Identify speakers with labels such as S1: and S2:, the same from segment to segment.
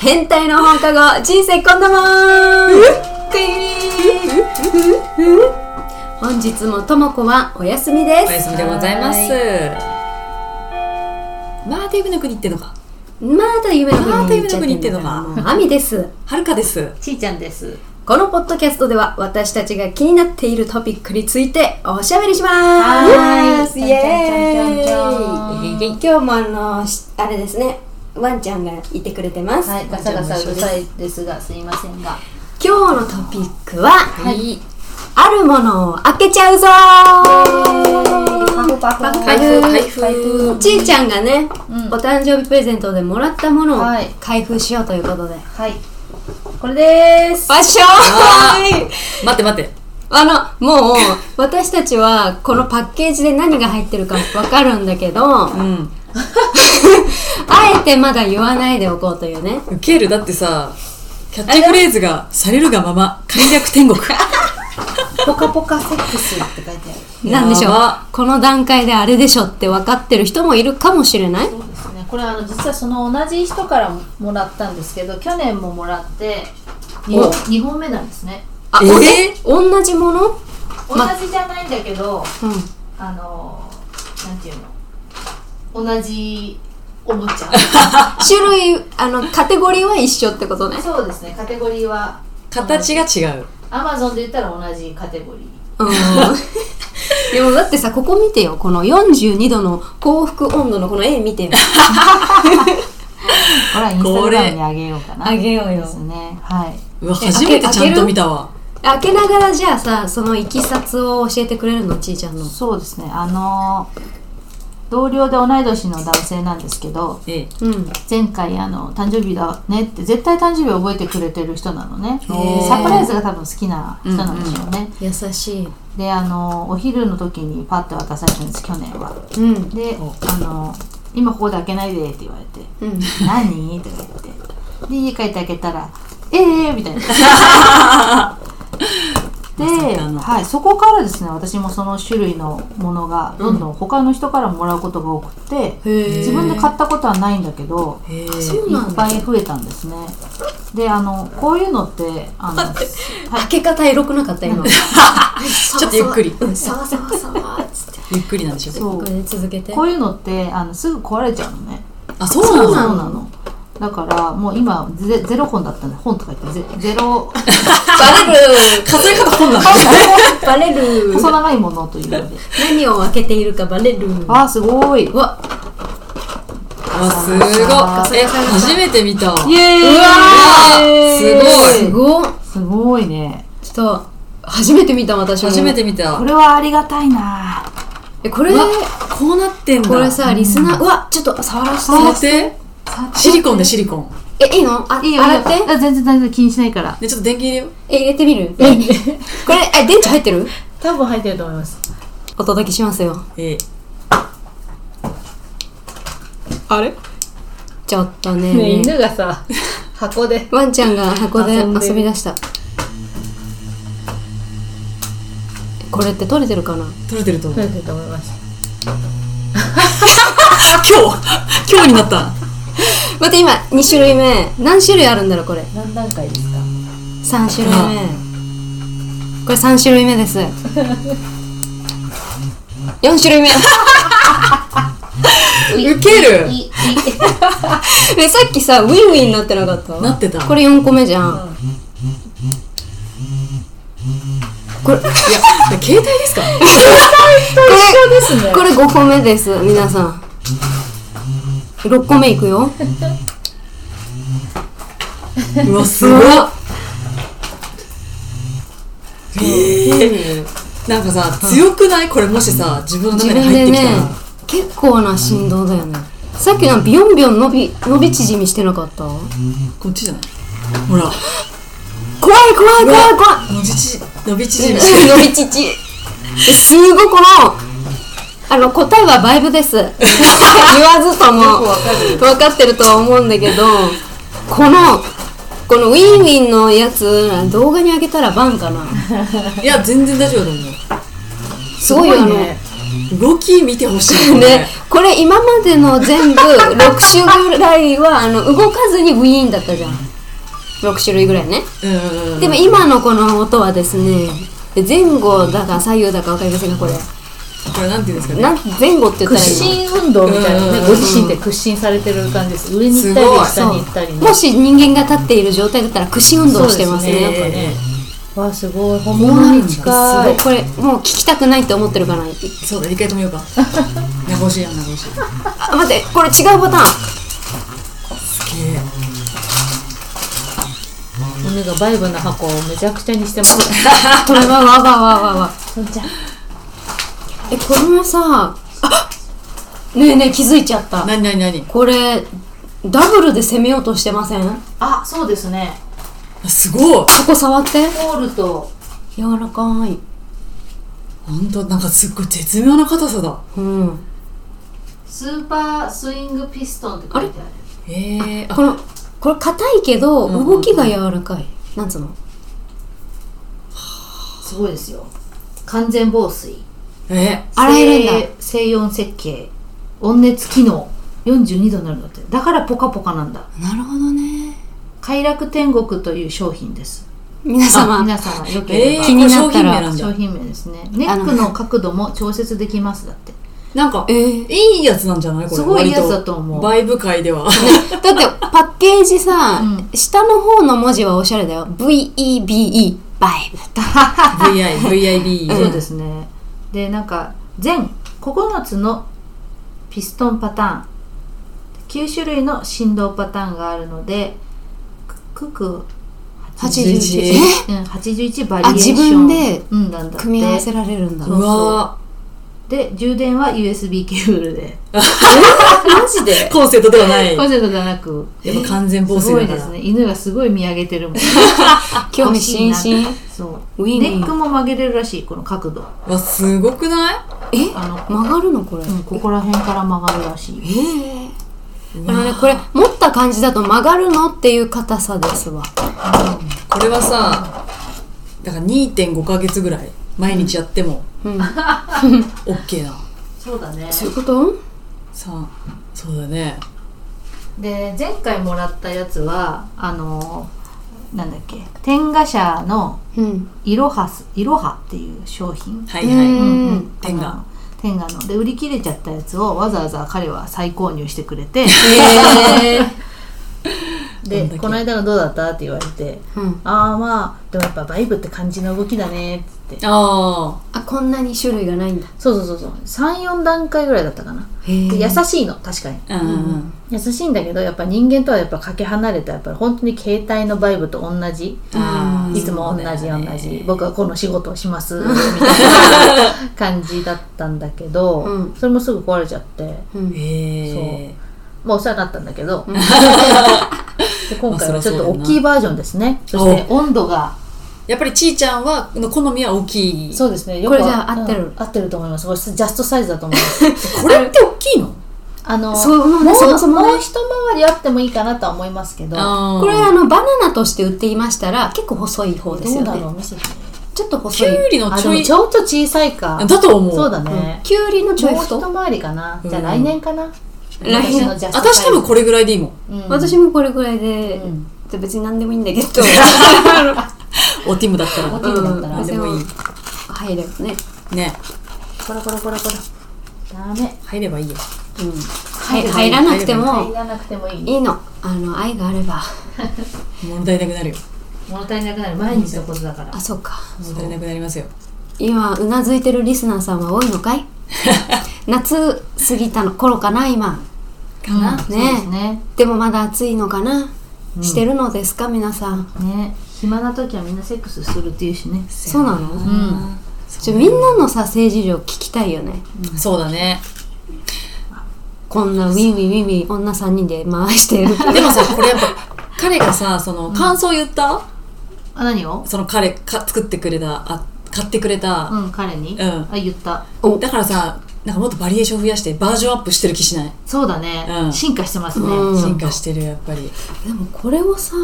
S1: 変態の放課後人生こんなもんクイーン本日もともこはお休みです
S2: お休みでございます
S1: は
S2: マーティブの国ってのか
S1: ーいまだ夢の
S2: まだ
S1: 国に行
S2: 夢
S1: っちゃって
S2: の国
S1: ん
S2: に行ってん
S1: だ
S2: の
S1: か
S2: から
S1: もう網です
S2: はるかです
S3: ちーちゃんです。
S1: このポッドキャストでは私たちが気になっているトピックについておしゃべりします
S3: はーい
S1: イエ
S3: ちゃんちゃんちゃんちゃん
S1: ーイ今日もあのしあれですねワンちゃんがいてくれてます、
S3: はい、ガサガサうるさいですが、すいませんが。
S1: 今日のトピックは、
S3: はい。
S1: あるものを開けちゃうぞ
S3: パ
S1: ー
S3: フパフ。
S1: 開封開
S2: 封
S1: ちいちゃんがね、
S3: うん
S1: お誕生日プレゼントでもらったものを
S3: はい
S1: 開封しようということで、
S3: はい。これでーす。
S1: ファッション
S2: 待って待って
S1: あのもう私たちはこのパッケージで何が入ってるか分かるんだけどあ
S2: うん
S1: えてまだ言わないでおこうというね
S2: ウケるだってさキャッチフレーズが「されるがまま簡略天国」
S3: ポカポカセックスって書いてある。
S1: なんでしょう
S2: やば
S1: この段階であれでしょって分かってる人もいるかもしれない
S3: そうですね。これあの実はその同じ人からもらったんですけど、去年ももらって2
S2: お
S3: 本二本目なんですね。
S1: あ、
S2: えー
S1: お同じもの、
S3: 同じじゃないんだけど、
S1: う
S3: あのなんていうの、同じおもちゃ。
S1: ん、種類あのカテゴリーは一緒ってことね
S3: そうですね。カテゴリーは
S2: 形が違う
S3: アマゾンで言ったら同じカテゴリー。
S1: うんでもだってさここ見てよこの42度の幸福温度のこの絵見 てよ
S2: スタグ
S3: ほらイン
S2: ラムに
S3: あげようかな
S1: あげようよ
S3: ね。はい。
S2: うわ
S1: え
S2: 初めてちゃんと見たわ
S1: 開けながらじゃあさそのいきさつを教えてくれるのちいちゃんの
S3: そうですねあの同僚で同い年の男性なんですけど
S2: ええ
S1: うん
S3: 前回あの誕生日だねって絶対誕生日覚えてくれてる人なのね
S2: へえ
S3: サプライズが多分好きな人なんでしょうね、
S1: 優しい
S3: であのお昼の時にパッて渡されたんです去年は
S1: うん
S3: で
S2: お
S3: あの「今ここで開けないで」って言われて
S1: うん
S3: 「何?」とか言ってで家帰って開けたら「ええー」みたいな。で、
S2: まさかの
S3: はい、そこからですね私もその種類のものがどんどん他の人からもらうことが多くて、
S1: へえ
S3: 自分で買ったことはないんだけど
S2: へえ
S1: そうなん
S3: いっ
S1: だ
S3: ぱい増えたんですねであのこういうのってあの
S1: 開け方エロくなかった 今
S2: ちょっとゆっくり
S1: うんさわさわさわっつって
S2: ゆっくりなんでしょ
S3: そう
S1: これで続けて
S3: こういうのってあのすぐ壊れちゃうのね
S2: あそうな
S1: そ
S2: の
S1: うなの
S3: だからもう今ゼゼロ本だったんで本とか言ってゼゼロ
S1: バレる
S2: 数え方本なの
S1: バレる
S3: 細長いものというので
S1: 何を開けているかバレる
S3: あーすごいう
S1: わ
S2: あすごいえ初めて見たわ
S3: イエーイ
S1: うわ
S2: ー
S1: すごい
S3: すごいね
S1: ちょっと初めて見た私も
S2: 初めて見
S3: こ
S2: た
S3: れはありがたいな
S1: えこれ
S2: うわこうなってんだ
S1: これさリスナーうわちょっと触らせ
S2: 触っててシリコンでシリコン
S1: えいいのあ
S3: いいよ
S1: 洗っ
S3: いいよ
S1: て
S3: あ全然大丈夫気にしないから
S2: でちょっと電気入れよう
S1: え入れてみるこれえ電池入ってる
S3: 多分入ってると思います
S1: お届けしますよ
S2: ええ
S1: あれちょっとね
S3: がさ箱で
S1: ワンちゃんが箱で
S3: 遊んでる
S1: 遊び出したこれって取れてるかな
S2: 取れてると思う
S3: てると思い ます
S2: 今日今日になった
S1: 待って今2種類目何種類あるんだろうこれ
S3: 何段階ですか
S1: 3種類目これ3種類目です 4種類目
S2: ウケる
S3: いい
S1: えさっきさウィンウィンになってなかった
S2: なってた
S1: これ4個目じゃん、これこ
S2: いや携帯ですか
S1: れ
S3: すね
S1: これ5個目です皆さん6個目いくよ
S2: うわすごいええなんかさ強くないこれもしさ自分の
S1: 自
S2: 中
S1: 分
S2: に入っ
S1: で
S2: てき
S1: ね
S2: たら
S1: 結構な振動だよねさっきのビヨンビヨン伸び伸び縮みしてなかった怖い
S2: こっちじゃないほら
S1: 怖い怖い怖い
S2: 伸び縮伸び 縮みしてる
S1: よりちちすごいこのあの答えはバイブです言わずとも分かってるとは思うんだけどこのこのウィンウィンのやつ動画にあげたらバンかない
S2: や全然大丈夫だと思う
S1: すごいよあの
S2: 動き見てほしいよ
S1: ね
S2: ね。、
S1: これ今までの全部6種ぐらいはあの動かずにウィーンだったじゃん6種類ぐらいね
S2: うん
S1: でも今のこの音はですね前後だか左右だか分かりませんがこれ
S2: これなんていうんですかね。
S1: な前後って言った
S3: 屈
S1: らいい
S3: 伸運動みたいな
S2: う
S3: ね
S2: ん
S3: ご自身で屈伸されてる感じです上に行った
S2: す
S3: り
S2: ごい
S3: 下に行ったり
S1: の
S3: ね
S1: もし人間が立っている状態だったら屈伸運動をしてます
S3: そうです
S1: ね
S3: ねわあすごい本
S1: もう
S3: 物に
S1: す
S3: 近
S1: ごい
S3: い
S1: これもう聞きたくないって思ってるかな
S2: そうだ、一回止めようか。名越やん、名越。すげ
S1: あ待ってこれ違うボタン
S2: え。
S3: 胸がバイブな箱をめちゃくちゃにしてます
S1: これはわわわわわ
S3: そんちゃん
S1: えこれもさあねえねえ気づいちゃった
S2: なになになに
S1: これダブルで攻めようとしてません
S3: あそうですね
S2: あすごい
S1: タコ触って
S3: ホールと
S1: 柔らかい
S2: ほんと、なんかすっごい絶妙な硬さだ。
S1: うん
S3: スーパースイングピストンって書いてある
S2: ええ。あ
S1: このこれ硬いけど
S2: うんうんうん
S1: 動きが柔らかいなんつうの
S3: すごいですよ完全防水
S2: え
S1: 洗えるんだ
S3: 静静音設計温熱機能42度になるんだってだからポカポカなんだ
S1: なるほどね
S3: 快楽天国という商品です
S1: 皆
S3: あ
S1: 様
S3: 皆様よけ
S2: え
S3: れ
S2: え
S3: ば、
S1: 気になったら
S2: これ商品名なん
S3: 商
S2: だ。
S3: 品名ですねネックの角度も調節できますだって
S2: なんか
S1: え、ー
S2: いいやつなんじゃないこれ。
S3: すごいいいやつだ
S2: 割
S3: と思う
S2: バイブ界では。
S1: だってパッケージさ、
S3: うん
S1: 下の方の文字はおしゃれだよ VEBE バイブ
S2: VI、VIB。
S3: そうですねでなんか全9つのピストンパターン9種類の振動パターンがあるのでくく
S1: 81
S3: 81
S1: え
S3: うん、81バリエーション
S1: あ自分で
S3: うんなんだって
S1: 組み合わせられるんだ
S2: うわ
S3: で充電は USB ケーブルで
S1: マジで
S2: ーコンセントではない。
S3: コンセントじゃなく
S2: やっぱ完全防
S3: す
S2: 水
S3: ごい
S2: だか
S3: で
S2: ら
S3: す。ね犬がすごい見上げてるもん
S1: 興味津々
S3: そう
S1: ウィンウ
S3: ネ
S1: ィン
S3: ックも曲げれるらしいこの角度
S2: わ、すごくない
S1: え
S3: あの、
S1: 曲がるのこれ、
S3: うん、ここら辺から曲がるらしい
S1: ええあのねこれ持った感じだと曲がるのっていう硬さですわ
S2: これはさ、だから2.5ヶ月ぐらい、毎日やっても、
S1: うんそ
S2: OK な。
S3: そうだね
S1: ういうこと
S2: さあ、そうだね。
S3: で前回もらったやつはあのなんだっけ天下社の
S1: うん
S3: イロハスイロハっていう商品
S2: はいは
S1: う
S2: い。
S1: ん
S2: 天下
S3: あの天下ので売り切れちゃったやつをわざわざ彼は再購入してくれて
S1: ええ
S3: で
S2: どんだけ
S3: この間のどうだった?」って言われて
S1: うん
S3: 「ああまあでもやっぱバイブって感じの動きだね」っつって
S2: あ
S1: あこんなに種類がないんだ
S3: そうそうそうそう34段階ぐらいだったかな
S1: へ
S3: で優
S1: え
S3: しいの確かに
S2: あ。うんうんうん。
S3: 優しいんだけどやっぱ人間とはやっぱかけ離れたやっぱり本当に携帯のバイブと同じ
S2: あー
S3: いつも同
S2: そ
S3: じ
S2: うだ
S3: 同
S2: よね
S3: じ、僕はこの仕事をしますみたいな感じだったんだけど、
S1: うん
S3: それもすぐ壊れちゃって
S1: うん
S2: ええ。
S3: まあお世話になったんだけど、で今回
S2: まあ
S3: はち
S2: そ
S3: ょ
S2: りゃそ
S3: っ
S2: う
S3: と
S2: だよな
S3: 大きいバージョンですねそして温度が
S2: やっぱりちーちゃんは、の好みは大きい。
S3: そうですね
S1: これじゃあ合ってる
S3: うん合ってると思いますこれジャストサイズだと思います
S2: これって大きいの
S3: あの
S1: そう思うね
S3: もう
S1: そもそもね
S3: もう一回りあってもいいかなとは思いますけど
S2: あー
S1: これあのバナナとして売っていましたら結構細い方です
S3: ど
S1: よ
S3: うだろ
S1: ね
S3: う見せて
S1: ちょっと
S2: き
S1: 細
S2: ゅ
S1: いう
S2: りの
S3: あ
S2: ち
S3: で
S2: ょ
S3: も
S2: い。
S3: ちょっと小さいか
S2: だと思う。
S3: そうだね、
S1: きゅうりのちょい
S3: もう一
S1: 太
S3: 回りかな、じゃあ
S2: うん
S3: 来年かな
S1: 来年
S3: 私のジャストサイズ
S2: 私多分これぐらいでいいもん。
S3: うん
S1: 私もこれぐらいで
S3: うん
S1: じゃあ別に何でもいいんだけど
S2: おティムだったら。
S3: おティムだったら
S2: うんでもいい。
S1: 入ればね
S2: ね。
S3: コロコロコロコロダメ
S2: 入ればいいよ。
S1: うんはい入らなくて
S3: 入
S1: も
S3: らなくてもいい
S1: いいのあの愛があれば
S2: 物足りなくなるよ。
S3: 物足りなくなる毎日のことだから
S1: あそうか
S2: 物足りなくなりますよ。
S1: 今うなずいてるリスナーさんは多いのか い夏過ぎたの頃かな今
S2: かな。
S3: そうですね
S1: でもまだ暑いのかな、してるのですか皆さん
S3: ね暇な時はみんなセックスするっていうしね
S1: そうなの、
S3: うん
S1: ちょみんなのさ性事情聞きたいよね
S2: そうだね。
S1: こんなウィンウィンウィンウィン女3人で回して る
S2: でもさ、これやっ ぱ、彼がさ、その、感想言った、
S3: あ何を
S2: その彼か、作ってくれた、あ買ってくれた、
S3: うん彼に、
S2: うん
S3: あ言った
S1: お
S2: だからさ、なんかもっとバリエーション増やして、バージョンアップしてる気しない。
S3: そうだね、
S2: うん
S3: 進化してますね、
S1: うん
S2: 進化してる、やっぱり。
S1: でもこれをさ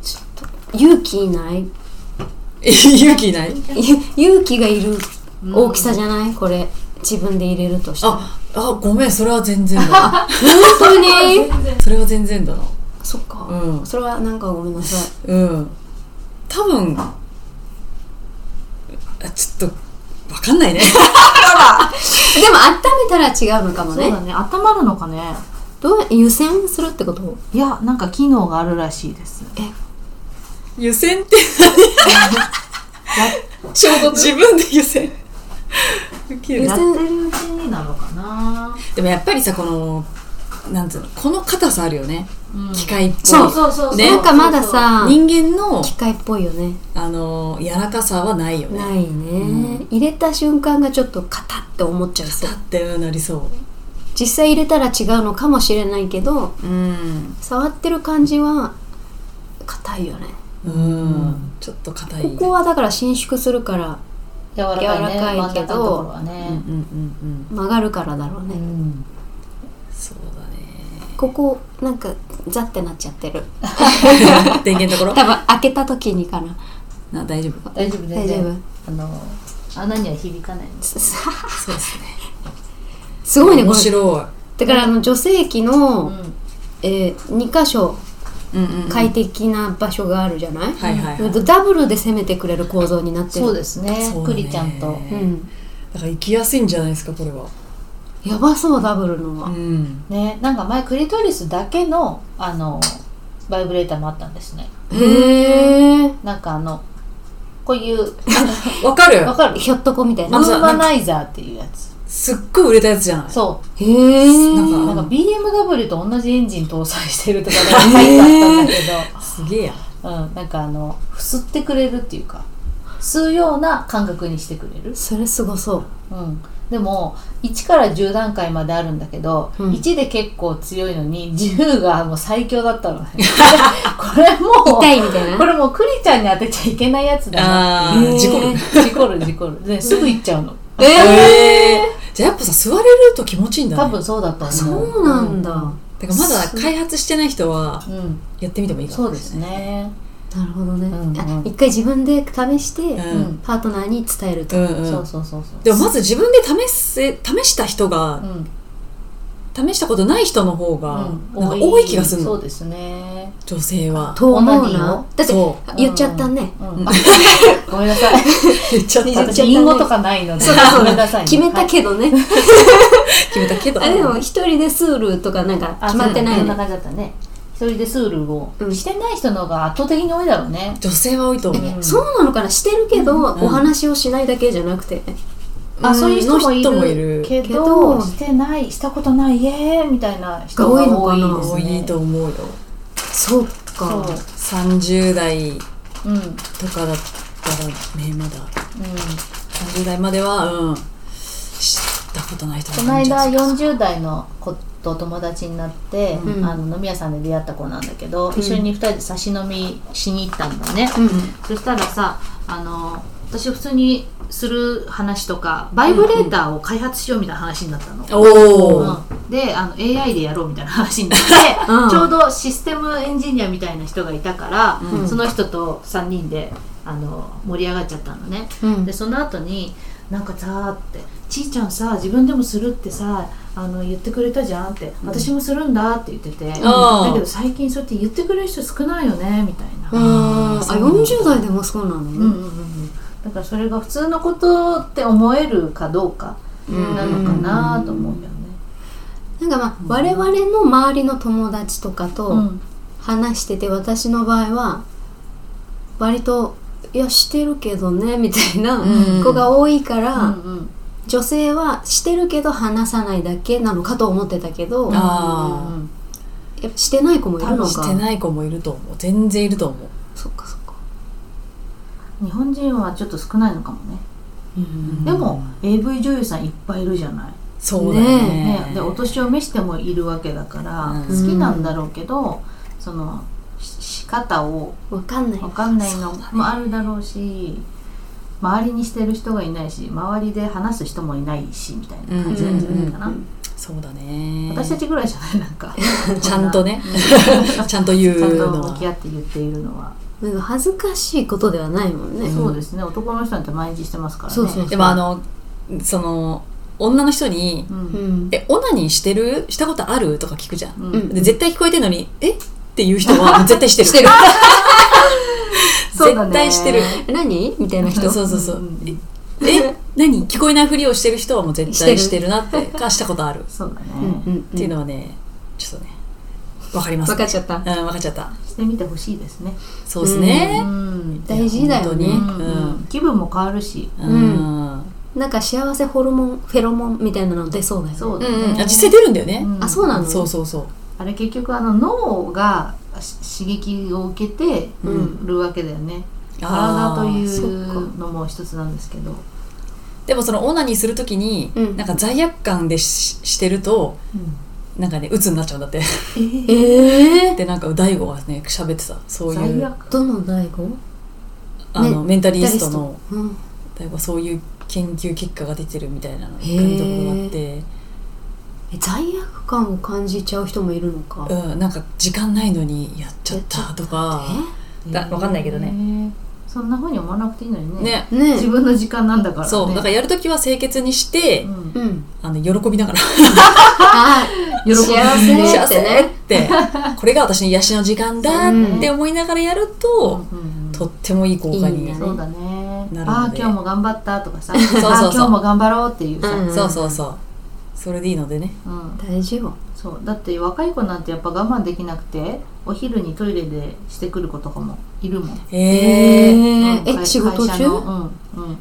S1: ちょっと勇気いない
S2: 勇気ない
S1: ゆ勇気がいる大きさじゃないこれ自分で入れるとしたら
S2: ああごめんそれは全然だ
S1: 本当に
S2: それは全然だな
S1: そっか、
S2: うん
S1: それはなんかごめんなさい
S2: うん多分あちょっとわかんないね
S1: でも温めたら違うのかも
S3: そう
S1: ね
S3: だね温まるのかね
S1: どう湯煎するってこと
S3: いやなんか機能があるらしいです
S2: 湯煎って何衝突自分で湯煎受ける
S1: 湯
S3: やっ
S1: 煎
S3: てるうちになのかな、
S2: でもやっぱりさこのなんつうのこの硬さあるよね、
S3: うん
S2: 機械っぽい
S3: そうそうそうそう、
S2: ね
S1: なんかまださ
S2: 人間の
S1: 機械っぽいよね
S2: あの柔らかさはないよね
S1: ないね、
S2: う
S1: 入れた瞬間がちょっとカタって思っちゃいそ
S2: だ
S1: う
S2: ってなりそ
S1: 実際入れたら違うのかもしれないけど
S2: ううん
S1: 触ってる感じは硬いよね
S2: うんちょっと硬い
S1: ここはだから伸縮するから
S3: 柔らかいね
S1: 柔らかいけど
S3: 真ん中のところは
S2: うんうん
S3: ね、
S2: うん
S1: 曲がるからだろうね、
S2: うんうんそうだね
S1: ここなんかザってなっちゃってる
S2: 電源のとこ
S1: 多分開けた時にかな
S2: ろ な大丈夫
S3: 大丈夫
S1: 大丈夫
S3: あの穴には響かないんです
S2: そうですね
S1: すごいねこ
S2: 面
S1: れ
S2: 白
S1: だからあの女性器
S3: う
S1: の、
S3: ん、
S1: えー、2箇所
S2: い、うんうんうん、
S1: 快適な場所があるじゃない、
S2: はいはいはい
S1: ダブルで攻めてくれる構造になってる
S3: そうですね
S2: そうだね
S3: クリちゃんと
S1: うん、
S2: だから行きやすいんじゃないですかこれは
S1: やばそうダブルのは、
S2: うん
S3: ねなんか前クリトリスだけのあのバイブレーターもあったんですね
S1: へえ
S3: なんかあのこう いう
S2: わかる
S3: わかる
S1: ひょっとこみたい
S3: ウ
S1: な
S2: あのさ
S3: ーマナイザーっていうやつ
S2: すっごい売れたやつじゃない
S3: そ
S1: へえ
S2: なん
S3: う
S2: か
S3: なんか BMW と同じエンジン搭載してるとかね書いてあったんだけ
S2: すげえや
S3: ど、うん、なんかあのふすってくれるっていうか吸うような感覚にしてくれる、
S1: それすごそう
S3: うん、でも1から10段階まであるんだけど、
S1: うん
S3: 1で結構強いのに10がもう最強だったのね これもう
S1: 痛いみたいな
S3: これもうクリちゃんに当てちゃいけないやつだな
S2: あ
S1: へ
S2: ー
S1: ー
S2: 事故る
S3: 事故る事故るですぐ行っちゃうの
S2: えー、じゃあやっぱさ座れると気持ちいいんだね
S3: 多分そうだと思う
S1: そうなんだ、
S2: だからまだ開発してない人は
S3: うん、うん
S2: やってみてもいいか
S3: そ
S2: も
S3: うですね
S1: なるほどね、
S3: うんうん
S1: あ一回自分で試して、
S2: う
S3: うん
S2: ん
S1: パートナーに伝えると、
S2: うんうん
S3: そうそうそうそう
S2: でもまず自分で試せ試した人
S3: う
S2: が
S3: ん
S2: 試したことない人の方
S3: う
S2: が
S3: ん
S2: なんか多い気がする
S3: そ
S2: の
S3: うですね
S2: 女性は
S1: と思
S3: オナ
S1: う
S3: ニーを
S1: なだって
S2: そ
S1: あ言っちゃったね、
S3: うんごめんなさい
S2: 言っちゃった
S1: 言っちゃった
S3: 私リンゴとかないので
S1: そうだそうだ
S3: ごめんなさいね
S1: 決めたけどね、
S2: 決めたけど
S1: あでも一人でスールとかなんか
S3: はい
S1: 決まってな
S3: あそ
S1: いう
S3: だねそんな
S1: ね
S3: 感じだったね一人でスールを
S1: うん
S3: してない人の方が圧倒的に多いだろうね
S2: 女性は多いと思う
S3: うん
S1: そうなのかなしてるけど、
S2: ん
S1: お話をしないだけじゃなくて
S3: あそういう人もい
S2: の人もい
S3: る
S2: る
S3: け
S1: け
S3: ど
S1: ど
S3: してないしたことないイエーイみたいな人が
S1: が多
S3: 多
S1: いのかな
S3: いです
S2: 多い
S3: ね
S2: と思うよ
S1: そうか
S3: そ
S2: 30代
S3: ううんうん
S2: とかだったらねまだ30代まではうん知ったことない人
S3: こ
S2: もい
S3: の
S2: るんじゃ
S3: 間
S2: ないですか
S3: 40代の子と友達になって、
S1: うん
S3: あの飲み屋さんで出会った子なんだけど、
S1: ん
S3: 一緒に2人で差し飲みしに行ったんだね、
S1: うん
S3: そしたらさあの私普通にする話とかバイブレーターを開発しようみたいな話になったの、
S2: おー
S3: うんであの AI でやろうみたいな話になって、
S1: うん
S3: ちょうどシステムエンジニアみたいな人がいたから、
S1: うん
S3: その人と3人であの盛り上がっちゃったのね、
S1: うん
S3: でその後になんかさーって「ちいちゃんさ自分でもするってさあの言ってくれたじゃん」って「私もするんだ」って言ってて、
S2: あー
S3: だけど最近そうやって言ってくれる人少ないよねみたいな、
S1: うんあ
S2: そうなんだ
S1: 40代でもそうなの、
S3: うんうんうんうんだからそれが普通のことって思えるかどうかなのかなと思うよね。
S1: なんかまあ我々の周りの友達とかと話してて、私の場合は割と「いやしてるけどね」みたいな
S2: うん
S1: 子が多いから、
S3: うんうん
S1: 女性はしてるけど話さないだけなのかと思ってたけどや
S2: あー
S1: っぱしてない子もい
S2: 多
S1: るの
S2: 分
S1: か
S2: してない子もいると思う全然いると思う
S1: そっかそっか
S3: 日本人はちょっと少ないのかもね、
S1: うん
S3: でも AV 女優さんいっぱいいるじゃない、
S2: そうだよね
S3: ねでお年を召してもいるわけだから、
S2: うん
S3: 好きなんだろうけどそのしし方を
S1: わかんない
S3: 分かんないのもあるだろうし周りにしてる人がいないし周りで話す人もいないしみたいな感じなんじゃないかな、
S1: うんうんうん
S2: そうだね
S3: 私たちぐらいじゃないなん か
S2: ちゃんとねちゃんと言
S3: ちゃん
S2: うの
S3: と向き
S2: は
S3: 合って言っているのは、
S1: なんか恥ずかしいことではないもんね
S3: そうですね男の人なんて毎日してますからね
S1: そうそう
S2: でもあのその女の人に
S3: う
S1: うんん
S2: 「えオナニーしてるしたことある?」とか聞くじゃん、
S3: うん
S1: うん
S2: で絶対聞こえてるのに「えっ?」ていう人は絶対してる
S1: してる
S3: そうだ
S2: 絶
S3: ね
S2: 対してる
S1: 何みたいな人
S2: そうそうそう、
S3: うんうん
S2: え何聞こえないふりをしてる人はもう絶対してるなってかしたことあるっ
S3: そうだね、
S1: うんうん
S2: ていうのはねちょっとねわかります
S1: 分かっちゃった
S2: うん、分かっちゃった
S3: してみてほしいですね
S2: そうですね
S3: うん
S1: 大事だよね
S2: 本当に
S3: うん気分も変わるし
S2: うん
S1: なんか幸せホルモンフェロモンみたいなの出そうだよね
S3: そうだ
S2: うんうん
S3: ね
S2: あ実際出るんだよね、
S3: ん
S1: あそうなの
S2: そうそうそう
S3: あれ結局あの脳がし刺激を受けて
S2: うん
S3: るわけだよね、
S2: あ
S3: 体
S2: ー
S3: とい
S1: そっ
S3: うのも一つなんですけど
S2: でもそのオナニーするときに、
S1: うん
S2: なんか罪悪感でししてるとなんかね鬱になっちゃうんだって
S3: え
S1: ええ
S2: でなんか大悟がね喋ってたそうい
S3: 罪
S2: う
S3: 悪
S1: どの大悟
S2: あの、メンタリストの
S1: うん
S2: 大悟はそういう研究結果が出てるみたいなのが見たことがあって、
S1: え罪悪感を感じちゃう人もいるのか
S2: うん、なんか時間ないのにやっちゃったとかだわかんないけどね
S3: ねそんな風に思わなくていいのにね
S2: ね
S1: えね
S3: 自分の時間なんだからね
S2: そうだからやるときは清潔にして、
S3: うん
S1: うん
S2: あの喜びながら
S1: あ
S3: 喜び
S1: 幸せ
S2: 「
S1: ね
S2: 幸
S1: っ
S2: せ!」
S1: て
S2: っ
S1: ね
S2: てこれが私の癒しの時間だって思いながらやる
S3: う
S2: と
S3: ん、うんうん
S2: とってもいい効果
S1: いい
S2: に
S1: ね
S3: そうだね
S2: なるほどね
S3: ああー今日も頑張ったとかさ
S2: う そうそう
S3: あー今日も頑張ろうっていうさ、
S1: うん
S2: そうそうそうそれでいいのでね
S3: うん
S1: 大事よ
S3: そうだって若い子なんてやっぱ我慢できなくてお昼にトイレでしてくる子とかもいるもん、
S2: へえ
S3: うん
S1: え
S3: 会
S1: 仕事
S3: 会
S1: 中
S3: 社のうんうん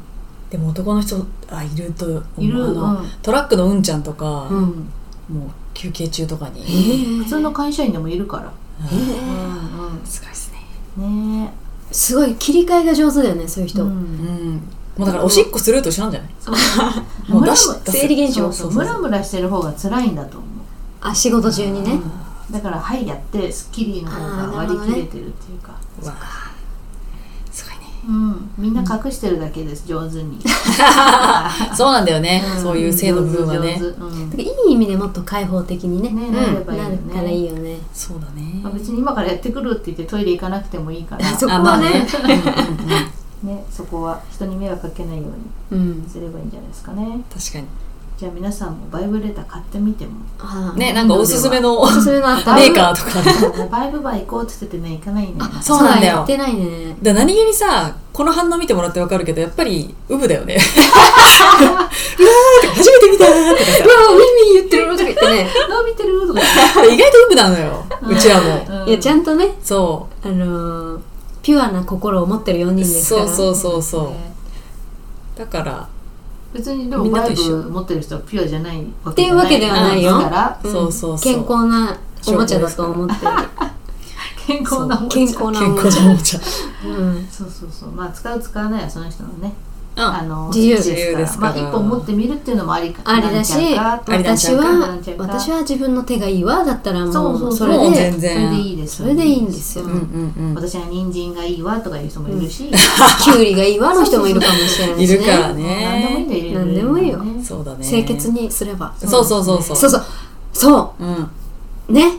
S2: でも男の人あいると
S3: いる、
S2: 思うなトラックのうんちゃんとか、
S1: う
S3: うん、
S2: もう休憩中とかに、
S1: え
S3: 普通の会社員でもいるから、
S2: うん
S3: うん
S2: すごいですね
S3: うん、ね
S1: すごい切り替えが上手だよねそういう
S3: え、う
S1: 人
S2: うん
S3: ん、
S2: もうだからおしっこすると一緒なんじゃない
S3: そう
S2: もう出
S3: ムラ
S2: し
S3: ム
S2: 出
S1: 生
S2: す
S1: 理現
S3: そ
S1: 象
S3: うそ
S2: そ
S3: う
S2: うそう
S3: ムラムラしてる方が辛いんだと思
S1: あ仕事中にね
S3: うだから「はいやってスッキリ」の方が割り切れてるっていうか、
S2: うわすごいね
S3: うん、みんな隠してるだけです上手に
S2: そうなんだよね、そういう性の部分はね
S3: 上手上手うん
S1: いい意味でもっと開放的にね
S3: ね、
S1: うん
S3: なればいいよ
S1: な
S3: ね
S1: るからいいよね
S2: そうだね
S3: まあ、別に今からやってくるって言ってトイレ行かなくてもいいから
S1: そこ
S2: あま
S1: は
S2: あ
S1: ね
S2: うんうんうん
S3: ね、そこは人に迷惑かけないように
S1: うん
S3: すればいいんじゃないですかね
S2: 確かに
S3: じゃあ皆さんもバイブレーター買ってみ ても
S1: あー
S2: ねなんかおすすめの
S1: おすすめのあった
S2: メーカーとかね
S3: バイブバー行こうって言っててね行かないんだよね
S2: そうなんだよ
S1: 言ってないね
S2: だから何気にさこの反応見てもらってわかるけどやっぱりウブだよねうわーとか初めて見たーとか
S1: うわ耳言ってるとか言ってね
S3: 伸びてるとか
S2: さ意外とウブなのようちらも
S3: 言っ て、
S1: いやちゃ
S3: ん
S1: んとね
S2: そ
S1: あのーピュアな心を持ってる4人
S2: う
S1: ですか
S2: そ
S1: ら
S2: うそうそう
S3: ね
S2: そうだから
S3: 別にでも
S2: みんな
S3: バ
S2: と
S3: イ
S2: 一緒
S3: ブ持ってる人はピュアじゃないわ
S1: っていうわけではないよ
S3: だから
S1: ん
S2: そうそうそう
S1: 健康なおもちゃだと思って る
S3: 健康なもん
S1: 健康なお
S2: 健
S1: もち
S2: 康なおもちゃ
S1: ゃ、うん、
S3: そうそうそうまあ使う使わないはその人のねあ
S2: あ
S3: の
S1: 自由
S2: ですから
S3: まあ、一本持ってみるっていうのもありか
S1: ありだし
S3: なんちゃうか
S2: ありだ
S1: 私
S2: し
S1: は私
S3: は
S1: は自分の手がいいわだったらもう
S3: そうそう
S1: そ
S3: そう
S1: れ
S2: もう
S1: で
S2: 全
S3: それで
S2: 然
S3: いいです
S1: それでいいんですよ
S2: うんうんうん
S3: 私は人参がいいわとかいう人もいるし、
S1: きゅうりがいいわの人もいるかもしれない
S2: い
S1: し、ね、
S2: るから
S3: 何でもいいん
S2: ね
S3: だよ
S1: 何でもいいよ
S3: ね
S2: そうだね
S1: 清潔にすれば
S2: そうそうそうそう
S1: そうそうそ
S2: うん
S1: うね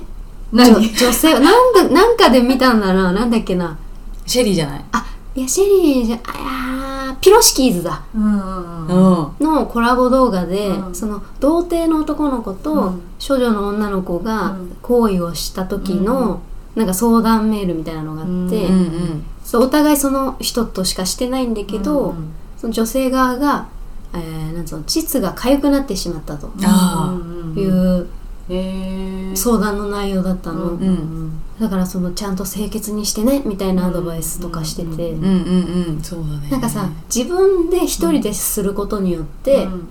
S3: 何
S1: 女女性はなんだなんかで見たんだななんだっけな
S2: シェリーじゃない
S1: あいやシェリーじゃあいやーピロシキーズだ
S3: うんうんうん
S2: うん
S1: のコラボ動画で、
S3: うん
S1: その童貞の男の子
S3: う
S1: と
S3: ん
S1: 処女の女の子が
S3: うん
S1: 行為をした時の、なんか相談メールみたいなのがあって、
S2: うんうん
S1: そうお互いその人としかしてないんだけど、
S3: うん
S1: その女性側が、えー、なんつうの膣が痒くなってしまったと
S2: あ
S3: うん
S1: い
S3: うん
S1: う
S3: へえ
S1: 相談の内容だったの、
S3: うん
S2: うん
S1: だからそのちゃんと清潔にしてねみたいなアドバイスとかしてて、
S3: うん
S2: うんうんうんそうだね
S1: なんかさ自分で一人ですることによって、
S3: うん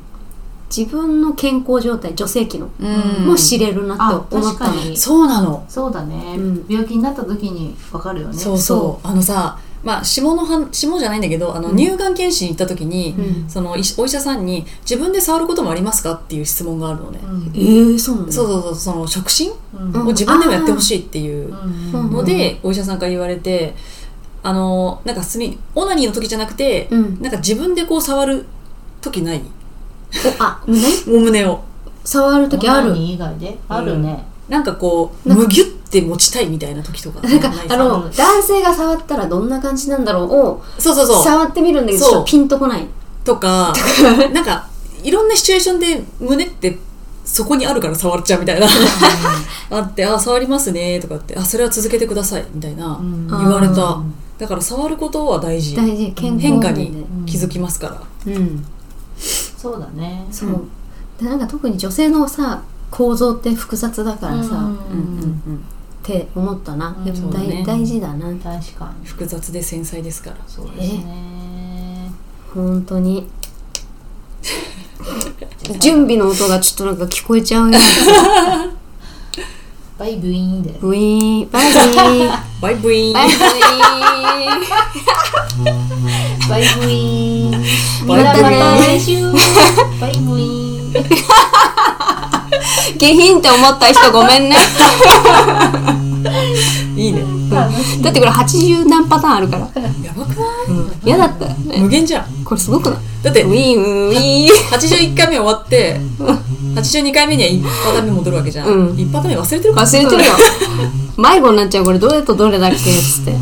S1: 自分の健康状態女性器の
S2: うん
S1: もう知れるな
S3: あ
S1: と思っ
S3: 確
S1: た
S3: か
S1: の、
S3: に
S2: そうなの
S3: そうだね、
S1: うん
S3: 病気になった時にわかるよね
S2: そうそうあのさまあ霜のは霜じゃないんだけどあの乳がん検診行った時に、
S1: うん
S2: その医師お医者さんに「自分で触ることもありますか?」っていう質問があるのね、
S3: うん
S1: えー、そうなの
S2: そうそうそうその触診
S3: うん
S1: う
S2: を自分でもやってほしいっていう
S3: うん
S2: ので、お医者さんから言われてあのなんかすにオナニーの時じゃなくて、
S1: うん
S2: なんか自分でこう触る時ない
S1: おあ胸
S2: お胸を
S1: 触る時あ
S3: オナ
S1: る
S3: ニー以外であるね、
S2: なんかこうむぎゅって持ちたいみたいな時とか
S1: なんか
S2: いです
S1: あの男性が触ったらどんな感じなんだろうを
S2: そうそうそう
S1: 触ってみるんだけど
S2: そう
S1: ちょっとピンとこない
S2: とかなんかいろんなシチュエーションで胸ってそこにあるから触っちゃうみたいなあって「あ触りますね」とかって「あそれは続けてください」みたいな
S3: うん
S2: 言われた、
S1: あ
S2: だから触ることは大事
S1: 大事健康
S2: 変化
S1: 面
S2: に
S1: で
S2: 気づきますから、
S1: うん
S3: そうだね
S1: そう、でなんか特に女性のさ構造って複雑だからさ、
S3: う
S1: っ
S2: うんうん
S3: ん
S2: うん
S1: て思ったな、
S3: うん
S1: やっぱ大
S2: そうね
S1: 大事だな
S3: 確かに
S2: 複雑で繊細ですから
S3: そうですね
S1: 本当に準備の音がちょっとなんか聞こえちゃ うよ
S3: バイブイーンで
S1: ウィーンバイビーン
S2: バイブイーン
S1: バイビーン
S3: バイブ
S1: バイブイ
S3: イーン
S1: ーン
S3: また来週バイブイーン
S1: 下品って思った人ごめんね
S2: いいね
S1: だってこれ80何パターンあるから
S2: やばくない
S1: 嫌だったよね
S2: 無限じゃん
S1: これすごくない
S2: だって
S1: ウィーンウィ
S2: 81回目終わって82回目には1パターン目戻るわけじゃん、
S1: うん
S2: 1パターン目忘れてる
S1: ーン
S2: から
S1: 忘れてるよ迷子になっちゃうこれどれとどれだっけっつって